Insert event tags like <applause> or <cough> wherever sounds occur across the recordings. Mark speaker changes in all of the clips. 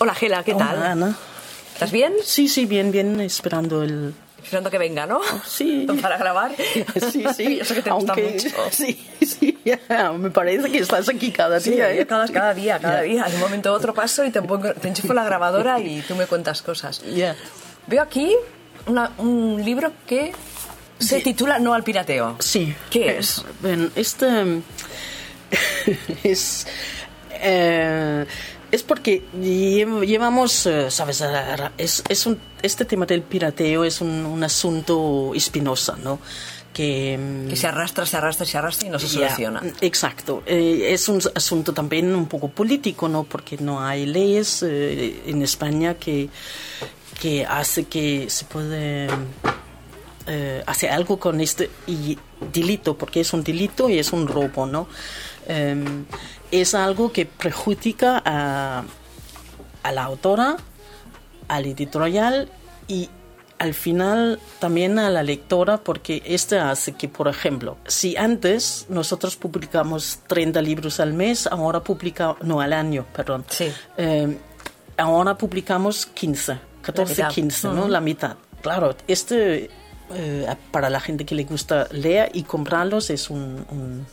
Speaker 1: Hola Gela, ¿qué tal?
Speaker 2: Hola, Ana.
Speaker 1: ¿Estás bien?
Speaker 2: Sí, sí, bien, bien,
Speaker 1: <laughs>
Speaker 2: esperando el...
Speaker 1: Esperando que venga, ¿no?
Speaker 2: Oh, Sí.
Speaker 1: <laughs> Para grabar.
Speaker 2: Sí, <laughs> sí.
Speaker 1: <laughs> Yo sé que te gusta
Speaker 2: Aunque-
Speaker 1: mucho.
Speaker 2: <laughs> Sí, sí, ya, me parece que estás aquí cada
Speaker 1: Sí,
Speaker 2: día,
Speaker 1: yo
Speaker 2: ¿eh?
Speaker 1: cada, cada día, cada día. De un momento a otro paso y te, pongo- te enchufo la grabadora y tú me cuentas cosas.
Speaker 2: <laughs> Ya.
Speaker 1: Veo aquí una- un libro que se titula No al pirateo.
Speaker 2: Sí.
Speaker 1: ¿Qué es?
Speaker 2: Bueno, este <laughs> mm, es eh, es porque lle- llevamos, eh, sabes, a- a- es, es un- este tema del pirateo es un, un asunto espinoso, ¿no? Que, mm,
Speaker 1: Que se arrastra, se arrastra, se arrastra y no se
Speaker 2: Ya,
Speaker 1: soluciona.
Speaker 2: Exacto. Eh, es un asunto también un poco político, ¿no? Porque no hay leyes eh, en España que, que hace que se puede eh, hacer algo con este y- delito, porque es un delito y es un robo, ¿no? Em, es algo que perjudica a, a la autora, al editorial y al final también a la lectora porque este hace que, por ejemplo, si antes nosotros publicamos 30 libros al mes, ahora publica, no al año, perdón,
Speaker 1: Sí.
Speaker 2: Eh, ahora publicamos 15, 14,
Speaker 1: mitad.
Speaker 2: 15, ¿no? La mitad. Claro, este eh, para la gente que le gusta leer y comprarlos es un- un-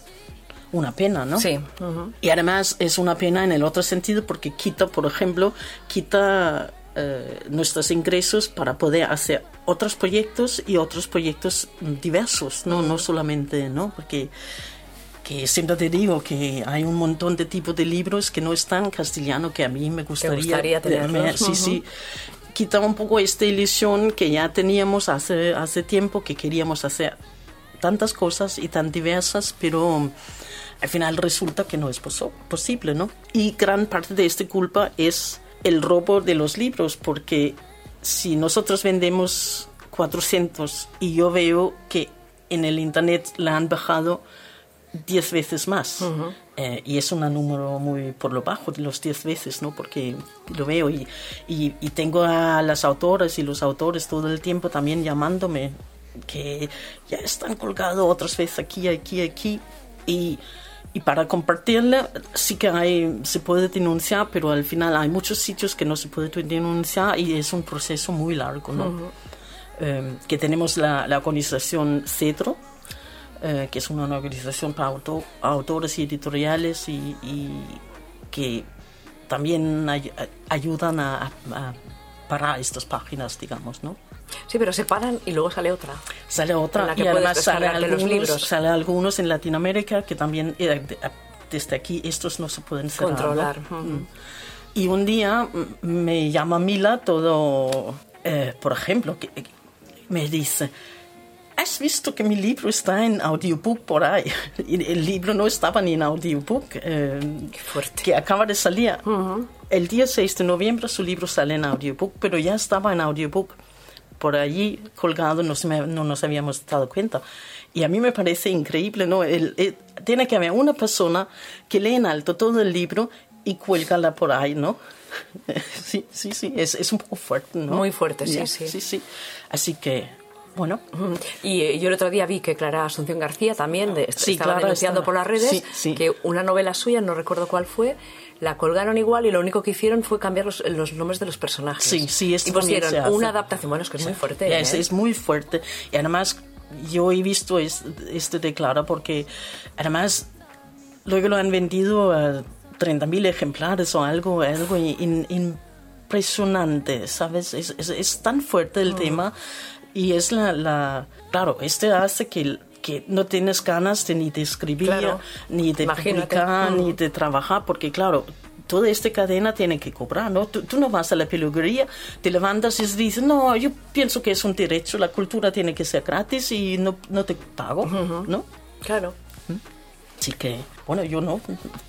Speaker 2: una pena, ¿no?
Speaker 1: Sí.
Speaker 2: Y además es una pena en el otro sentido porque quita, por ejemplo, quita eh, nuestros ingresos para poder hacer otros proyectos y otros proyectos diversos, no, no solamente, ¿no? Porque que siempre te digo que hay un montón de tipos de libros que no están en castellano que a mí me gustaría,
Speaker 1: gustaría tenerlos,
Speaker 2: Sí,
Speaker 1: ujú.
Speaker 2: sí. Quita un poco esta ilusión que ya teníamos hace, hace tiempo que queríamos hacer tantas cosas y tan diversas, pero um, al final resulta que no es poso- posible, ¿no? Y gran parte de esta culpa es el robo de los libros, porque si nosotros vendemos 400 y yo veo que en el Internet la han bajado 10 veces más, eh, y es un número muy por lo bajo de los 10 veces, ¿no? Porque lo veo y, y- y tengo a las autoras y los autores todo el tiempo también llamándome que ya están colgados otras veces aquí, aquí, aquí. Y, y para compartirla sí que hay, se puede denunciar, pero al final hay muchos sitios que no se puede denunciar y es un proceso muy largo, ¿no? Eh, que tenemos la, la organización CETRO, eh, que es una organización para auto- autores y editoriales y, y que también ay- ayudan a, a- a parar estas páginas, digamos, ¿no?
Speaker 1: Sí, pero se paran y luego sale otra.
Speaker 2: Sale
Speaker 1: En
Speaker 2: otra
Speaker 1: la que
Speaker 2: y
Speaker 1: puedes
Speaker 2: además sale
Speaker 1: descargarte los
Speaker 2: algunos,
Speaker 1: libros.
Speaker 2: sale algunos en Latinoamérica que también eh, de- a- desde aquí estos no se pueden cerrar, ¿no?
Speaker 1: Controlar, ujú.
Speaker 2: Mm. Y un día mm, me llama Mila todo, eh, por ejemplo, que, que me dice, ¿has visto que mi libro está en audiobook por ahí? <laughs> Y el libro no estaba ni en audiobook. eh,
Speaker 1: fuerte.
Speaker 2: Que acaba de salir. El día 6 de noviembre su libro sale en audiobook, pero ya estaba en audiobook. Por allí colgado no, se me- no nos habíamos dado cuenta. Y a mí me parece increíble, ¿no? El- el- tiene que haber una persona que lee en alto todo el libro y cuélgala por ahí, ¿no? <laughs> sí, sí, sí, es, es un poco fuerte, ¿no?
Speaker 1: Muy fuerte, sí,
Speaker 2: Ya,
Speaker 1: sí.
Speaker 2: Sí, sí. Así que, bueno,
Speaker 1: Y eh, yo el otro día vi que Clara Asunción García también de- est-
Speaker 2: Sí,
Speaker 1: estaba
Speaker 2: Clara
Speaker 1: denunciando
Speaker 2: estaba-
Speaker 1: por las redes
Speaker 2: sí, sí.
Speaker 1: que una novela suya, no recuerdo cuál fue, la colgaron igual y lo único que hicieron fue cambiar los, los nombres de los personajes.
Speaker 2: Sí, sí, esto
Speaker 1: Y
Speaker 2: también se
Speaker 1: pusieron
Speaker 2: hace.
Speaker 1: una adaptación, bueno, es que es muy fuerte.
Speaker 2: Ya, es,
Speaker 1: ¿eh?
Speaker 2: es muy fuerte. Y además, yo he visto es- este de Clara porque además luego lo han vendido a 30.000 ejemplares o algo, algo in- in- impresionante, ¿sabes? Es, es- es tan fuerte
Speaker 1: Mm.
Speaker 2: el tema y es la, la- Claro, este hace que, que no tienes ganas de ni de escribir,
Speaker 1: Claro.
Speaker 2: ni de
Speaker 1: Imagínate.
Speaker 2: publicar,
Speaker 1: Ujú.
Speaker 2: ni de trabajar, porque claro, toda esta cadena tiene que cobrar, ¿no? Tú, tú no vas a la peluquería, te levantas y dices, no, yo pienso que es un derecho, la cultura tiene que ser gratis y no, no te pago, ¿no?
Speaker 1: Claro.
Speaker 2: Así que, bueno, yo no,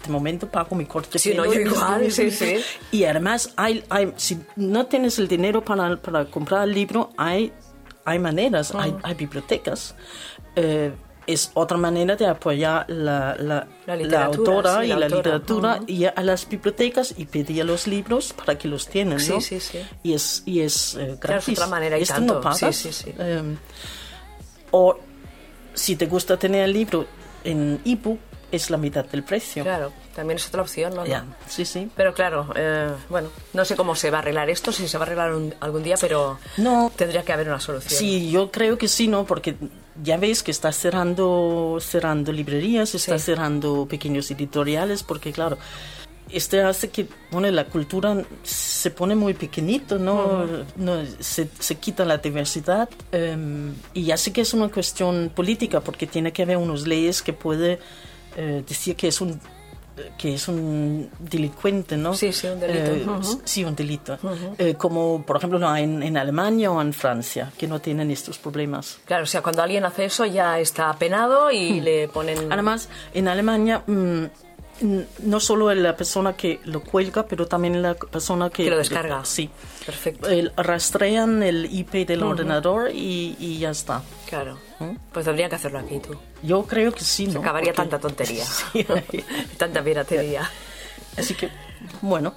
Speaker 2: de momento pago mi corte.
Speaker 1: Sí, no, yo igual, sí, sí.
Speaker 2: Y además, hay, hay, si no tienes el dinero para, para comprar el libro, hay, hay maneras, hay,
Speaker 1: Ah.
Speaker 2: hay bibliotecas. Eh, es otra manera de apoyar la, la,
Speaker 1: La literatura,
Speaker 2: autora
Speaker 1: sí,
Speaker 2: y
Speaker 1: la
Speaker 2: la,
Speaker 1: autora.
Speaker 2: literatura
Speaker 1: Ujú.
Speaker 2: y a las bibliotecas y pedir los libros para que los tienen,
Speaker 1: Sí,
Speaker 2: ¿no?
Speaker 1: sí, sí.
Speaker 2: Y es, y es eh, gratis.
Speaker 1: Claro, es otra manera y
Speaker 2: Esto
Speaker 1: tanto.
Speaker 2: no
Speaker 1: Sí,
Speaker 2: pagas.
Speaker 1: sí, sí.
Speaker 2: Eh, o si te gusta tener el libro en ebook, es la mitad del precio.
Speaker 1: Claro. También es otra opción, ¿no?
Speaker 2: Ya, sí, sí.
Speaker 1: Pero claro, eh, bueno, no sé cómo se va a arreglar esto, si se va a arreglar un- algún día, pero
Speaker 2: No.
Speaker 1: tendría que haber una solución.
Speaker 2: Sí, yo creo que sí, ¿no? Porque ya veis que está cerrando, cerrando librerías, está
Speaker 1: Sí.
Speaker 2: cerrando pequeños editoriales, porque claro, este hace que, bueno, la cultura se pone muy pequeñito, ¿no? No, se, se quita la diversidad em, y ya sé que es una cuestión política, porque tiene que haber unas leyes que puede eh, decir que es un que es un delincuente, ¿no?
Speaker 1: Sí, sí, un delito.
Speaker 2: Eh,
Speaker 1: Ujú.
Speaker 2: sí un delito. Eh, como por ejemplo lo hay en, en Alemania o en Francia, que no tienen estos problemas.
Speaker 1: Claro, o sea, cuando alguien hace eso ya está penado
Speaker 2: Hmm.
Speaker 1: y le ponen...
Speaker 2: Además, en Alemania mm, n- no solo la persona que lo cuelga, pero también la persona que,
Speaker 1: Que lo descarga.
Speaker 2: Sí.
Speaker 1: Perfecto.
Speaker 2: El- rastrean el IP del ordenador y, y ya está.
Speaker 1: Claro.
Speaker 2: ¿Eh?
Speaker 1: Pues tendrían que hacerlo aquí tú.
Speaker 2: Yo creo que sí, ¿no?
Speaker 1: Acabaría
Speaker 2: Porque-
Speaker 1: tanta tontería.
Speaker 2: <laughs> Sí.
Speaker 1: <laughs> tanta piratería.
Speaker 2: Así que, bueno,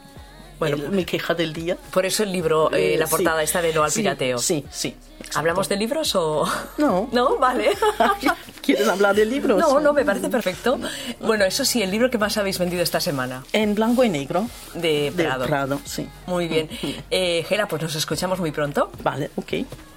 Speaker 1: Bueno,
Speaker 2: el- mi queja del día.
Speaker 1: Por eso el libro, eh, la
Speaker 2: Sí.
Speaker 1: portada está de No al
Speaker 2: Sí,
Speaker 1: pirateo.
Speaker 2: Sí, sí.
Speaker 1: ¿Hablamos de libros o...? <laughs>
Speaker 2: No.
Speaker 1: No,
Speaker 2: <laughs>
Speaker 1: vale.
Speaker 2: ¿Quieres hablar de libros?
Speaker 1: No, no, me parece perfecto. Bueno, eso sí, el libro que más habéis vendido esta semana,
Speaker 2: En blanco y negro.
Speaker 1: de
Speaker 2: De
Speaker 1: Prado.
Speaker 2: Prado, sí.
Speaker 1: Muy bien. Eh, Gera, pues nos escuchamos muy pronto.
Speaker 2: Vale, ok.